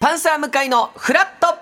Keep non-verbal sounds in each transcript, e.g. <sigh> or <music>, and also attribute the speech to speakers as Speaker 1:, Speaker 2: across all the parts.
Speaker 1: 原向井のフラット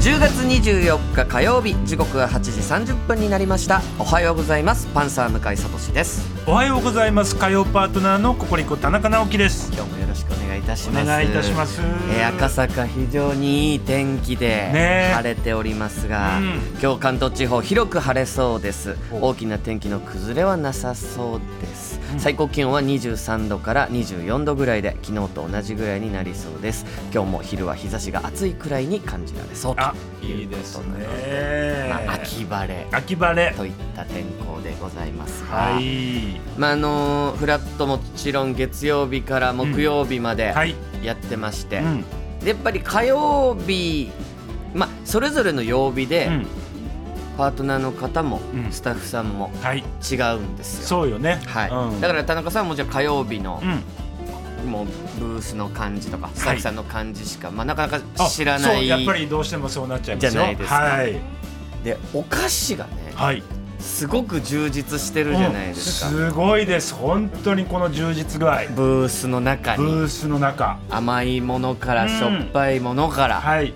Speaker 1: 10月24日火曜日時刻は8時30分になりましたおはようございますパンサー向井聡です
Speaker 2: おはようございます火曜パートナーのココリコ田中直樹です
Speaker 1: 今日もよろしくお願いいたし
Speaker 2: お
Speaker 1: ます
Speaker 2: 願いいたします
Speaker 1: えー赤坂非常にいい天気で
Speaker 2: ねえ
Speaker 1: 晴れておりますが、
Speaker 2: うん
Speaker 1: 今日関東地方広く晴れそうです
Speaker 2: お
Speaker 1: 大きな天気の崩れはなさそうです、
Speaker 2: うん
Speaker 1: 最高気温は23度から24度ぐらいで昨日と同じぐらいになりそうです今日も昼は日差しが暑いくらいに感じられそうと
Speaker 2: あいいです
Speaker 1: ということ
Speaker 2: ね
Speaker 1: まあ、秋晴れ
Speaker 2: 秋晴れ
Speaker 1: といった天候でございますが、
Speaker 2: はい
Speaker 1: まああのーフラットもちろん月曜日から木曜日まで
Speaker 2: はい
Speaker 1: やってまして、
Speaker 2: うん
Speaker 1: やっぱり火曜日、まあ、それぞれの曜日で、
Speaker 2: うん
Speaker 1: パートナーの方も
Speaker 2: うん
Speaker 1: スタッフさんも
Speaker 2: はい
Speaker 1: 違うんですよ、
Speaker 2: そうよね
Speaker 1: はい
Speaker 2: うん
Speaker 1: だから田中さんもじゃあ火曜日の
Speaker 2: う、ん
Speaker 1: もうブースの感じとかスタッフさんの感じしか、まあ、なかなか
Speaker 2: あ
Speaker 1: 知らな
Speaker 2: そう
Speaker 1: い
Speaker 2: やっぱりどうしてもそうなっちゃいますよ
Speaker 1: じゃないですか
Speaker 2: はい
Speaker 1: でお菓子がね
Speaker 2: はい
Speaker 1: すごく充実してるじゃないですか、
Speaker 2: うんすごいです本当にこの充実具合
Speaker 1: ブースの中
Speaker 2: ブ
Speaker 1: に
Speaker 2: ースの中
Speaker 1: 甘いものか
Speaker 2: う
Speaker 1: ら
Speaker 2: ん
Speaker 1: しょっぱいものから、
Speaker 2: はい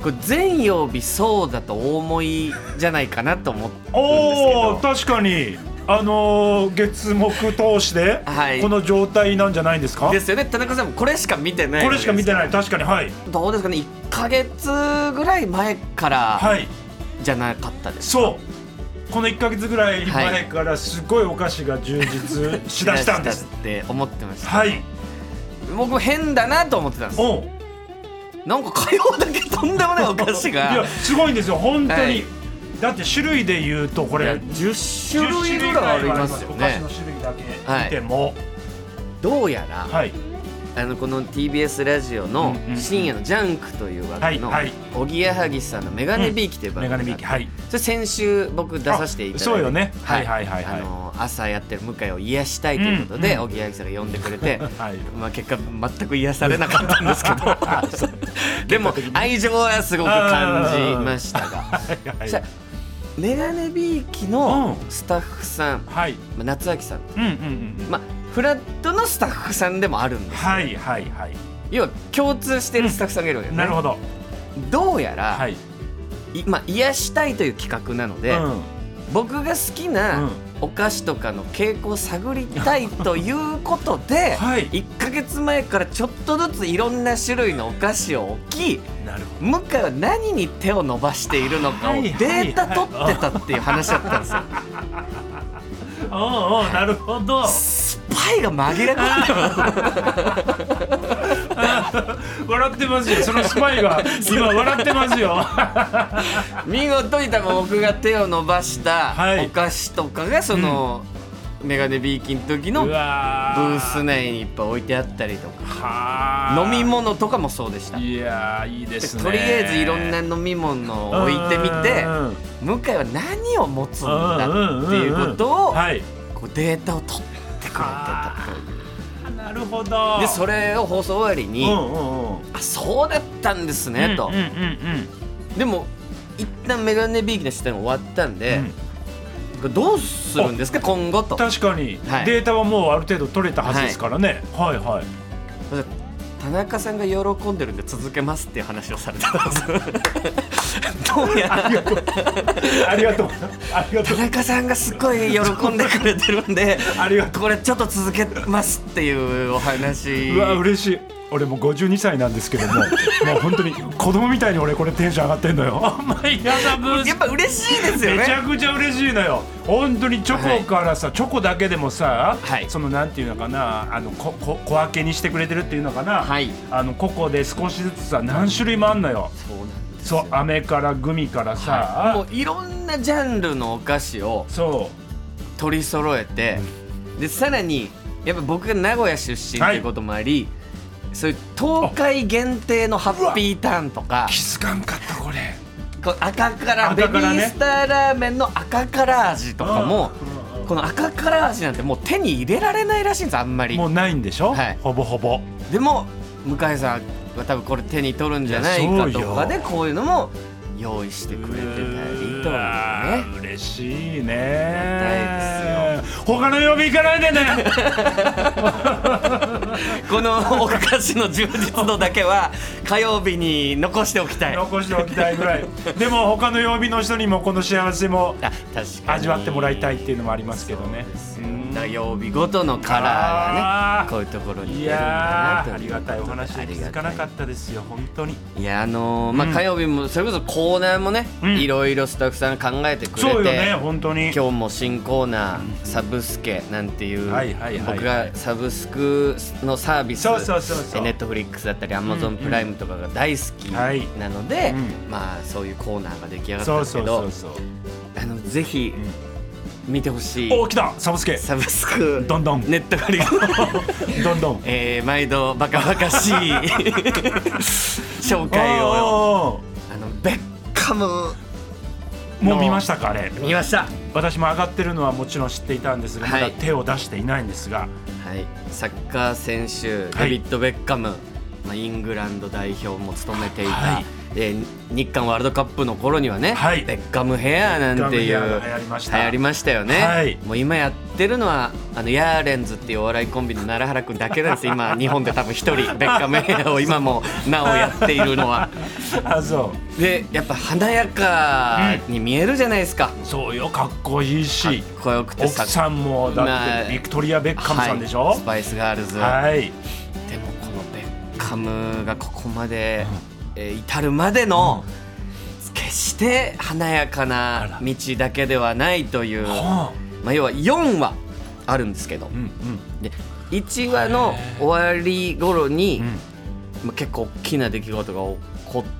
Speaker 1: これ全曜日そうだとお思いじゃないかなと思ってるんですけ
Speaker 2: おお
Speaker 1: ど
Speaker 2: 確かにあのー月木通しで
Speaker 1: はい
Speaker 2: この状態なんじゃないですか、
Speaker 1: ですよね田中さんもこれしか見てない
Speaker 2: これしか見て
Speaker 1: い
Speaker 2: ない確かにはい
Speaker 1: どうですかね1か月ぐらい前から
Speaker 2: はい
Speaker 1: じゃなかったです
Speaker 2: そうこの1か月ぐらい前からすごいお菓子が充実しだしたんです
Speaker 1: しだって思ってました、
Speaker 2: はい
Speaker 1: 僕も変だなと思ってたんです
Speaker 2: おう
Speaker 1: なんか火曜だけとんでもない
Speaker 2: <laughs>
Speaker 1: お菓子
Speaker 2: いや
Speaker 1: が
Speaker 2: すごいんですよ本当に、
Speaker 1: はい
Speaker 2: だって種類で言うとこ
Speaker 1: いや
Speaker 2: れ
Speaker 1: 10種類ぐらいありますよ
Speaker 2: お菓子
Speaker 1: ね
Speaker 2: の種類だけ見ても
Speaker 1: どうやら、
Speaker 2: はい
Speaker 1: あのこの TBS ラジオの
Speaker 2: うんうんうん
Speaker 1: 深夜の「ジャンク」という枠の
Speaker 2: はいはい
Speaker 1: おぎやはぎさんの「メガネビーキ」という番
Speaker 2: メガネ
Speaker 1: 組
Speaker 2: ビ
Speaker 1: があ
Speaker 2: ー
Speaker 1: っ
Speaker 2: キ
Speaker 1: て
Speaker 2: はい
Speaker 1: それ先週僕出させていただいて
Speaker 2: あそうよねはいはいはいはい
Speaker 1: あの朝やってる向井を癒したいということで、
Speaker 2: うん
Speaker 1: おぎやはぎさんが呼んでくれて
Speaker 2: <laughs> はい
Speaker 1: まあ結果全く癒されなかったんですけ
Speaker 2: <laughs>
Speaker 1: ど <laughs> でも愛情はすごく感じましたが
Speaker 2: はいはい
Speaker 1: じゃあメガネビーキのスタッフさん、
Speaker 2: はい
Speaker 1: まあ夏秋さん、
Speaker 2: うんうんうんうん
Speaker 1: まあ、フラットのスタッフさんでもあるんです
Speaker 2: はいはいはい
Speaker 1: 要は共通してるスタッフさんがいるわけね、
Speaker 2: なるほど
Speaker 1: どうやら、
Speaker 2: はい
Speaker 1: いまあ、癒したいという企画なので、
Speaker 2: うん
Speaker 1: 僕が好き
Speaker 2: う
Speaker 1: なんお菓子とかの傾向を探りたいということで、
Speaker 2: <laughs> はい
Speaker 1: 1か月前からちょっとずついろんな種類のお菓子を置き
Speaker 2: なるほど
Speaker 1: 向井は何に手を伸ばしているのかを
Speaker 2: はい
Speaker 1: デ
Speaker 2: は
Speaker 1: ー
Speaker 2: い
Speaker 1: タ取ってたっていう話だったんです
Speaker 2: <laughs>
Speaker 1: よ。
Speaker 2: おうおうなるほど
Speaker 1: スパイが紛れ込ん
Speaker 2: <laughs>
Speaker 1: でます
Speaker 2: 笑ってますよそのスパイ <laughs> が今笑ってますよ
Speaker 1: 見事に多分僕が手を伸ばした
Speaker 2: はい
Speaker 1: お菓子とかがその、メガネビーキの時の
Speaker 2: う
Speaker 1: ブ
Speaker 2: わ
Speaker 1: ース内にいっぱい置いてあったりとか
Speaker 2: はあ
Speaker 1: 飲み物とかもそうでした。
Speaker 2: いやーいいですね
Speaker 1: とりあえずいろんな飲み物を置いてみて
Speaker 2: うんうん
Speaker 1: 向井は何を持つんだっていうことを
Speaker 2: はい
Speaker 1: こうデータを取ってくれてたという
Speaker 2: あなるほど
Speaker 1: でそれを放送終わり
Speaker 2: うん
Speaker 1: に
Speaker 2: うんうん
Speaker 1: 「あそうだったんですね」と
Speaker 2: うんうんうん
Speaker 1: でも一旦メガネビーキの出演終わったん
Speaker 2: う
Speaker 1: で
Speaker 2: ん
Speaker 1: これどうするんですか今後と
Speaker 2: 確かに
Speaker 1: はい
Speaker 2: データはもうある程度取れたはずですからねはいはい
Speaker 1: 田中さんが喜んでるんで続けますっていう話をされたん
Speaker 2: <laughs>
Speaker 1: ですどうやら
Speaker 2: ありがとうありが
Speaker 1: 田
Speaker 2: とう
Speaker 1: 中さんがすごい喜んでくれてるんで
Speaker 2: <laughs> ありがと
Speaker 1: これちょっと続けますっていうお話
Speaker 2: ううわ嬉しい俺もう52歳なんですけども <laughs> もう本当に子供みたいに俺これテンション上がってんのよ <laughs> あんまり <laughs> やだブー
Speaker 1: やっぱ嬉しいですよ
Speaker 2: めち
Speaker 1: ね
Speaker 2: ゃくちゃ嬉しいのよ本当にチョコからさ、チョコだけでもさ、
Speaker 1: はい
Speaker 2: そのなんていうのかなあのここ小分けにしてくれてるっていうのかな、
Speaker 1: はい
Speaker 2: あのココで少しずつさ何種類もあんのよ
Speaker 1: そうなんです
Speaker 2: そう飴からグミからさ、
Speaker 1: もういろんなジャンルのお菓子を
Speaker 2: そ
Speaker 1: 取り揃えてでさらにやっぱ僕が名古屋出身ということもあり、そういう東海限定のハッピーターンとか
Speaker 2: う気づかんかったこれ
Speaker 1: こう赤からベビ
Speaker 2: 赤からね
Speaker 1: ースターラーメンの赤から味とかも
Speaker 2: うん
Speaker 1: この赤から味なんてもう手に入れられないらしいんですあんまり
Speaker 2: もうないんでしょ、
Speaker 1: はい
Speaker 2: ほぼほぼ
Speaker 1: でも向井さんは多分これ手に取るんじゃないかとか
Speaker 2: い
Speaker 1: で
Speaker 2: や
Speaker 1: こういうのも用意してくれてたり
Speaker 2: う
Speaker 1: とか
Speaker 2: わ
Speaker 1: ね
Speaker 2: ー嬉しいね
Speaker 1: あり
Speaker 2: 他の曜日行かないでね <laughs>
Speaker 1: このお菓子の充実度だけは火曜日に残しておきたいあ
Speaker 2: 残しておきたいぐらいでも他の曜日の人にもこの幸せも
Speaker 1: 確かに
Speaker 2: 味わってもらいたいっていうのもありますけどね
Speaker 1: うん火曜日ごとのカラーが
Speaker 2: あー
Speaker 1: ねこういうところに
Speaker 2: い
Speaker 1: 出るんだな
Speaker 2: や
Speaker 1: と
Speaker 2: ーありがたいお話
Speaker 1: あ
Speaker 2: で
Speaker 1: り
Speaker 2: 気
Speaker 1: が
Speaker 2: づかなかったですよ本当に
Speaker 1: いやあのーまあ
Speaker 2: うん
Speaker 1: 火曜日もそれこそコーナーもね、
Speaker 2: うん
Speaker 1: いろいろスタッフさんが考えてくれて
Speaker 2: そうよね本当に
Speaker 1: 今日も新コーナーサブスケなんていう
Speaker 2: はいはいはいはい
Speaker 1: 僕がサブスクのサービス
Speaker 2: そうそうそうそう
Speaker 1: ネットフリックスだったりアマゾンプライムとかが大好き
Speaker 2: はい
Speaker 1: なので
Speaker 2: う
Speaker 1: まあそういうコーナーが出来上がったん
Speaker 2: そう
Speaker 1: ですけ
Speaker 2: そうそ
Speaker 1: ど
Speaker 2: うそう
Speaker 1: あのぜひ見てほしい
Speaker 2: お来たサブスケ
Speaker 1: サブスク
Speaker 2: どんどん
Speaker 1: ネットフリックス
Speaker 2: <laughs> どんどん
Speaker 1: えー毎度バカバカ
Speaker 2: <laughs>
Speaker 1: しい紹介を
Speaker 2: お
Speaker 1: あのベッカム
Speaker 2: ーもう見ましたかあれ
Speaker 1: 見ました
Speaker 2: 私も上がってるのはもちろん知っていたんですが、
Speaker 1: はい
Speaker 2: まだ手を出していないんですが <laughs>
Speaker 1: はい、サッカー選手、
Speaker 2: はい
Speaker 1: デビッド・ベッカム、まあ、イングランド代表も務めていた、
Speaker 2: はい
Speaker 1: えー日韓ワールドカップの頃にはね、
Speaker 2: はい
Speaker 1: ベッカムヘアなんていう
Speaker 2: ベッカムヘアが流行りました
Speaker 1: 流行りましたよね、
Speaker 2: はい
Speaker 1: もう今やってるのはあのヤーレンズっていうお笑いコンビの奈良原君だけなんです今日本で多分
Speaker 2: <laughs>
Speaker 1: 一人ベッカムヘアを今もなおやっているのは。
Speaker 2: あそ
Speaker 1: でやっぱ華やかに見えるじゃないですか、
Speaker 2: うそうよかっこいい
Speaker 1: かっ
Speaker 2: し
Speaker 1: こよくて
Speaker 2: 奥
Speaker 1: さ
Speaker 2: さんもだ
Speaker 1: ま
Speaker 2: っ
Speaker 1: あ
Speaker 2: てビクトリア・ベッカムさんでしょ
Speaker 1: はいスパイスガールズ、
Speaker 2: はい
Speaker 1: でもこのベッカムがここまで、えー至るまでの、決して華やか
Speaker 2: あ
Speaker 1: な
Speaker 2: ら
Speaker 1: 道だけではないという、ま
Speaker 2: は
Speaker 1: あ、要は4話あるんですけど
Speaker 2: あうんうん
Speaker 1: で1話の終わり頃に、
Speaker 2: うん
Speaker 1: まあ、結構大きな出来事が起こって、
Speaker 2: うん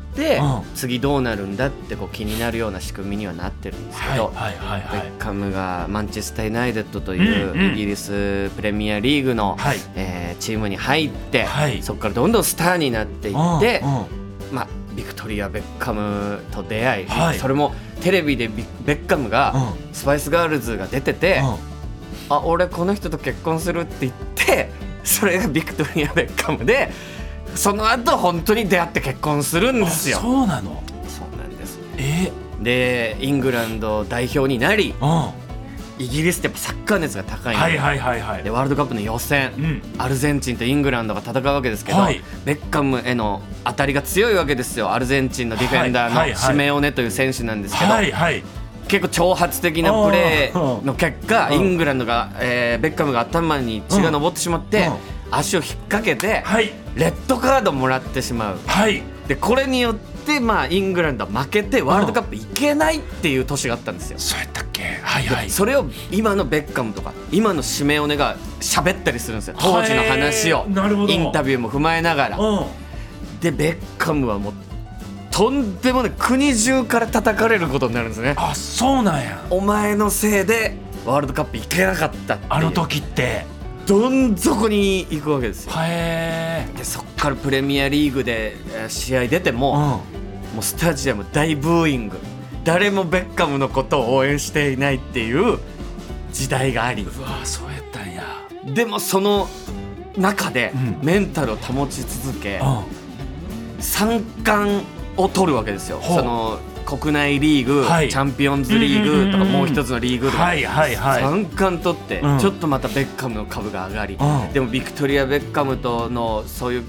Speaker 1: 次どうなるんだってこう気になるような仕組みにはなってるんですけ
Speaker 2: はい
Speaker 1: ど。
Speaker 2: はいはいは
Speaker 1: ベ
Speaker 2: い
Speaker 1: ッカムがマンチェスター・ユナイテッドという
Speaker 2: うんうん
Speaker 1: イギリスプレミアリーグの、
Speaker 2: はい
Speaker 1: えーチームに入って、
Speaker 2: はい
Speaker 1: そこからどんどんスターになっていって
Speaker 2: うんうん
Speaker 1: まあ、ビクトリア・ベッカムと出会い、
Speaker 2: はい
Speaker 1: それもテレビでビベッカムが
Speaker 2: う
Speaker 1: スパイスガールズが出てて、
Speaker 2: うん
Speaker 1: あ俺この人と結婚するって言ってそれがビクトリア・ベッカムでその後本当に出会って結婚するんで
Speaker 2: あ
Speaker 1: すよ。
Speaker 2: そうなの
Speaker 1: そうなんです
Speaker 2: え
Speaker 1: でイングランド代表になり
Speaker 2: うんは
Speaker 1: イギリスってやっぱサッカー熱が高い
Speaker 2: い
Speaker 1: ので,、
Speaker 2: はいはいはい
Speaker 1: ワールドカップの予選、
Speaker 2: うん
Speaker 1: アルゼンチンとイングランドが戦うわけですけど、
Speaker 2: はい
Speaker 1: ベッカムへの当たりが強いわけですよアルゼンチンのディフェンダ
Speaker 2: は
Speaker 1: ー
Speaker 2: い
Speaker 1: の
Speaker 2: はいはい
Speaker 1: シメオネという選手なんですけど、
Speaker 2: はいはい
Speaker 1: 結構挑発的なプレーの結果
Speaker 2: うん
Speaker 1: イングランドが、えーベッカムが頭に血が上ってしまって、
Speaker 2: うんうん
Speaker 1: 足を引っ掛けて、
Speaker 2: はい
Speaker 1: レッドカードもらってしまう
Speaker 2: はい
Speaker 1: でこれによって、まあ、イングランドは負けてワールドカップ行けないっていう年があったんですよ。
Speaker 2: そうやったっけはいはい
Speaker 1: それを今のベッカムとか今のシメオネが喋ったりするんですよ当時の話
Speaker 2: へ
Speaker 1: を
Speaker 2: ーなるほど
Speaker 1: インタビューも踏まえながら
Speaker 2: うん
Speaker 1: でベッカムはもうとんでもない国中から叩かれることになるんですね
Speaker 2: あそうなんや
Speaker 1: お前のせいでワールドカップ行けなかったっていう
Speaker 2: あの時って
Speaker 1: どん底に行くわけですよ
Speaker 2: へえ
Speaker 1: でそっからプレミアリーグでえー試合出て
Speaker 2: うん
Speaker 1: ももうスタジアム大ブーイング誰もベッカムのことを応援していないっていう時代があり
Speaker 2: うわそうやったんや
Speaker 1: でもその中で
Speaker 2: うん
Speaker 1: メンタルを保ち続け、
Speaker 2: う
Speaker 1: 三冠を取るわけですよ
Speaker 2: ほう
Speaker 1: その国内リーグ、
Speaker 2: はい
Speaker 1: チャンピオンズリーグと
Speaker 2: うんうんうん
Speaker 1: か
Speaker 2: うん
Speaker 1: もう一つのリーグ
Speaker 2: ん
Speaker 1: とか、
Speaker 2: はいはいはい
Speaker 1: 三冠取って、
Speaker 2: うん
Speaker 1: ちょっとまたベッカムの株が上がり、
Speaker 2: うん
Speaker 1: でもビクトリア・ベッカムとのそういう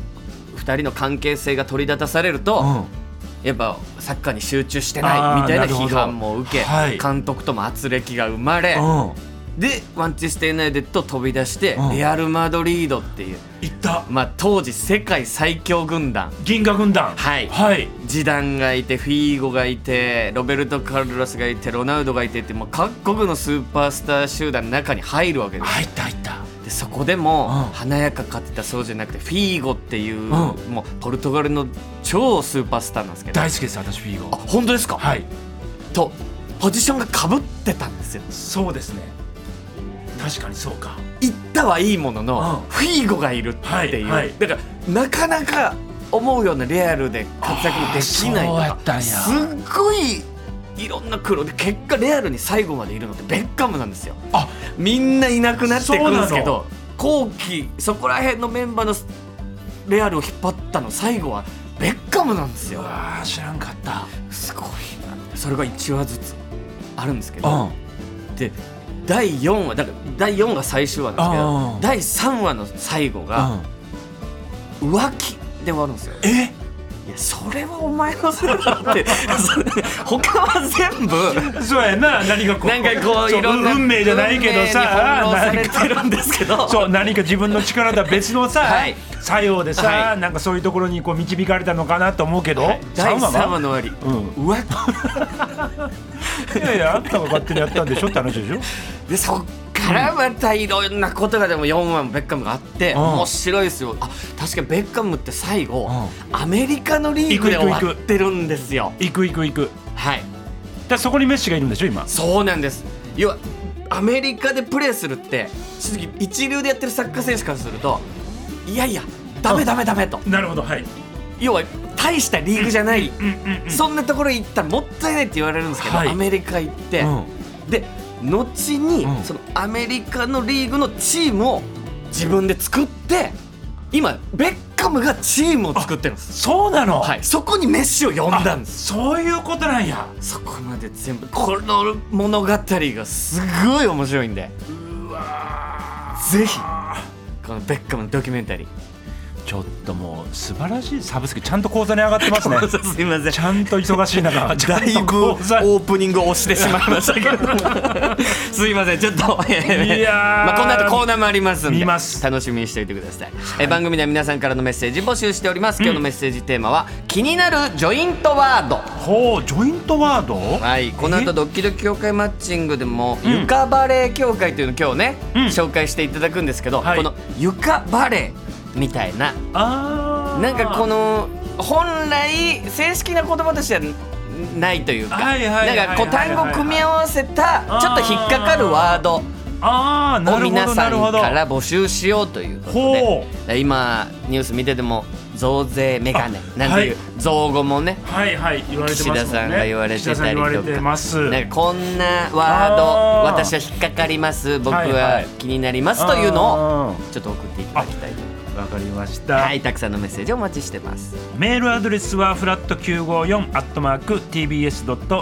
Speaker 1: 2人の関係性が取り立たされると、
Speaker 2: うん
Speaker 1: やっぱサッカーに集中して
Speaker 2: あ
Speaker 1: な
Speaker 2: ー
Speaker 1: いみたいな
Speaker 2: なるほ
Speaker 1: 批
Speaker 2: ど
Speaker 1: 判も受け、
Speaker 2: はい
Speaker 1: 監督とも圧力が生まれ、
Speaker 2: うん
Speaker 1: でマンチェスター・ユナイテッドを飛び出して、
Speaker 2: うん
Speaker 1: レアル・マドリードっていう、
Speaker 2: 行った
Speaker 1: まあ、当時世界最強軍団
Speaker 2: 銀河軍団
Speaker 1: はい
Speaker 2: はい
Speaker 1: ジダンがいてフィーゴがいてロベルト・カルロスがいてロナウドがいてってもう各国のスーパースター集団の中に入るわけです
Speaker 2: 入った入った
Speaker 1: でそこでも
Speaker 2: うん
Speaker 1: 華やかかってたそうじゃなくてフィーゴっていう、
Speaker 2: ん
Speaker 1: もうポルトガルの超スーパースターなんですけどあ
Speaker 2: 大好きです私フィーゴ
Speaker 1: 本当ですか、
Speaker 2: はい
Speaker 1: とポジションがかぶってたんですよ
Speaker 2: そうですね確かにそうか
Speaker 1: 行ったはいいものの、
Speaker 2: うん
Speaker 1: フィーゴがいるっていう、
Speaker 2: はいはい
Speaker 1: だからなかなか思うようなレアルで活躍もできないと
Speaker 2: あーそうやったん
Speaker 1: か
Speaker 2: や
Speaker 1: すっごいいろんな苦労で結果レアルに最後までいるのってベッカムなんですよ
Speaker 2: あ
Speaker 1: みんないなくなっていくんですけ
Speaker 2: そうな
Speaker 1: ど後期そこら辺のメンバーのレアルを引っ張ったの最後はベッカムなんですよ
Speaker 2: あ知らんかった
Speaker 1: すごいそれが1話ずつあるんですけ
Speaker 2: う
Speaker 1: ど、
Speaker 2: ん
Speaker 1: で第4話だから第4が最終話なんですけ
Speaker 2: あ
Speaker 1: ど
Speaker 2: あ
Speaker 1: 第3話の最後
Speaker 2: う
Speaker 1: が
Speaker 2: ん
Speaker 1: 浮気で終わるんですよ。
Speaker 2: え
Speaker 1: いやそれはお前のせいだろって <laughs> それ他は全部
Speaker 2: そうやな何かこう
Speaker 1: なんかこう
Speaker 2: そう
Speaker 1: いろんな
Speaker 2: 運命じゃないけどさ
Speaker 1: 運命
Speaker 2: なん
Speaker 1: に翻弄されて
Speaker 2: か
Speaker 1: るんですけど
Speaker 2: そう何か自分の力とは別のさ、
Speaker 1: はい
Speaker 2: 作用でさ、
Speaker 1: は
Speaker 2: なんかそういうところにこう導かれたのかなと思うけど、
Speaker 1: はい第3
Speaker 2: 三は
Speaker 1: 話の終わり、
Speaker 2: うん
Speaker 1: 浮気
Speaker 2: いやいやあったが勝手にやったんでしょって話でしょ
Speaker 1: でそっからまたいろんなことがでも4話もベッカムがあって、
Speaker 2: うん
Speaker 1: 面白いですよあ確かにベッカムって最後、
Speaker 2: う
Speaker 1: アメリカのリーグで
Speaker 2: 行く
Speaker 1: 終
Speaker 2: 行く
Speaker 1: わってるんですよ
Speaker 2: 行く行く行く
Speaker 1: はい
Speaker 2: だそこにメッシがいるんでしょ今
Speaker 1: そうなんです要はアメリカでプレーするって正直一流でやってるサッカー選手からするといやいやダメダメダメと
Speaker 2: なるほどはい
Speaker 1: 要は大したリーグじゃない、
Speaker 2: うんうん
Speaker 1: そんなところ行ったらもったいないって言われるんですけど、
Speaker 2: はい
Speaker 1: アメリカ行って、
Speaker 2: うん
Speaker 1: で後に、
Speaker 2: うん
Speaker 1: そのアメリカのリーグのチームを自分で作って今ベッカムがチームを作ってるんです、
Speaker 2: そうなの、
Speaker 1: はい、そこにメッシを呼んだんです
Speaker 2: そういうことなんや
Speaker 1: そこまで全部この物語がすごい面白いんで
Speaker 2: うわ
Speaker 1: ぜひこのベッカムのドキュメンタリー
Speaker 2: ちょっともう素晴らしいサブスクちゃんと講座に上がって <laughs> ますね
Speaker 1: <laughs> すいません
Speaker 2: ちゃんと忙しい中 <laughs> ち
Speaker 1: だ
Speaker 2: ゃん
Speaker 1: い
Speaker 2: と
Speaker 1: ぶオ
Speaker 2: 講座
Speaker 1: ープニングを押してしまいましたけど <laughs> すいませんちょっとい
Speaker 2: いやー
Speaker 1: <laughs> まあ、この後コーナーもありますんで
Speaker 2: 見ます
Speaker 1: 楽しみにしておいてください、え番組では皆さんからのメッセージ募集しております今日のメッセージテーマは、気になるジョイントワード
Speaker 2: ほうジョイントワード
Speaker 1: はい、この後
Speaker 2: え
Speaker 1: ドッキドキ協会マッチングでも、
Speaker 2: ん
Speaker 1: 床バレー協会というのを今日ね、
Speaker 2: うん
Speaker 1: 紹介していただくんですけど、
Speaker 2: はい
Speaker 1: この床バレーみたいな
Speaker 2: あー
Speaker 1: なんかこの本来正式な言葉としてはないというか
Speaker 2: はいはいはいはい
Speaker 1: なんかこう単語組み合わせたちょっと引っかかるワード
Speaker 2: ああ
Speaker 1: を
Speaker 2: なるほ
Speaker 1: 皆
Speaker 2: ど
Speaker 1: さ
Speaker 2: なるほ
Speaker 1: ん
Speaker 2: ど
Speaker 1: から募集しようということ
Speaker 2: ほ
Speaker 1: で今ニュース見てても増税メガネなんていう
Speaker 2: あ
Speaker 1: 造語もね
Speaker 2: はいはい言われてます
Speaker 1: 岸
Speaker 2: もんね
Speaker 1: 田さんが言われてたりと
Speaker 2: 岸田さん言われてま
Speaker 1: か
Speaker 2: す
Speaker 1: なんかこんなワード
Speaker 2: あー
Speaker 1: 私は引っかかります僕
Speaker 2: はいは
Speaker 1: はい気になりますというのを
Speaker 2: を
Speaker 1: ちょっと送っていただきたいと思います
Speaker 2: わかりました、
Speaker 1: はいたくさんのメッセージをお待ちしてます
Speaker 2: メールアドレスはフラット954アットマーク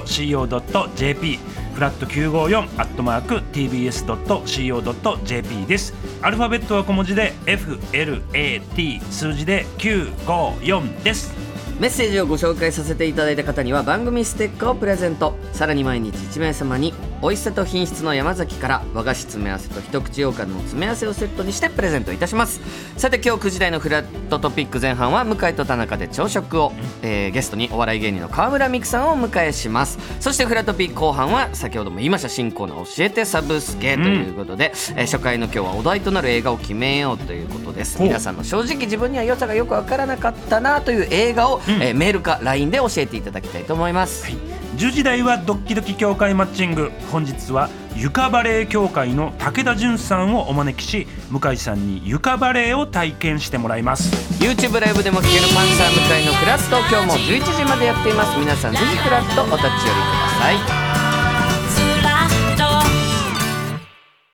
Speaker 2: tbs.co.jp フラット954アットマーク tbs.co.jp ですアルファベットは小文字で flat 数字で954です
Speaker 1: メッセージをご紹介させていただいた方には番組ステッカーをプレゼントさらに毎日1名様に美味しさと品質の山崎から和菓子詰め合わせと一口羊羹の詰め合わせをセットにしてプレゼントいたしますさて今日9時台のフラットトピック前半は向井と田中で朝食を、えーゲストにお笑い芸人の川村美空さんをお迎えしますそしてフラットピック後半は先ほども言いました新コーナー教えてサブスケということで、えー初回の今日はお題となる映画を決めようということです
Speaker 2: ほう
Speaker 1: 皆さんの正直自分には良さがよく分からなかったなという映画を、えーメールか LINE で教えていただきたいと思います、
Speaker 2: 10時台はドッキドキ協会マッチング本日は床バレエ協会の武田純さんをお招きし向井さんに床バレエを体験してもらいます
Speaker 1: YouTube ライブでも聴けるパンサー向かいのクラスと今日も11時までやっています皆さんぜひクラスとお立ち寄りください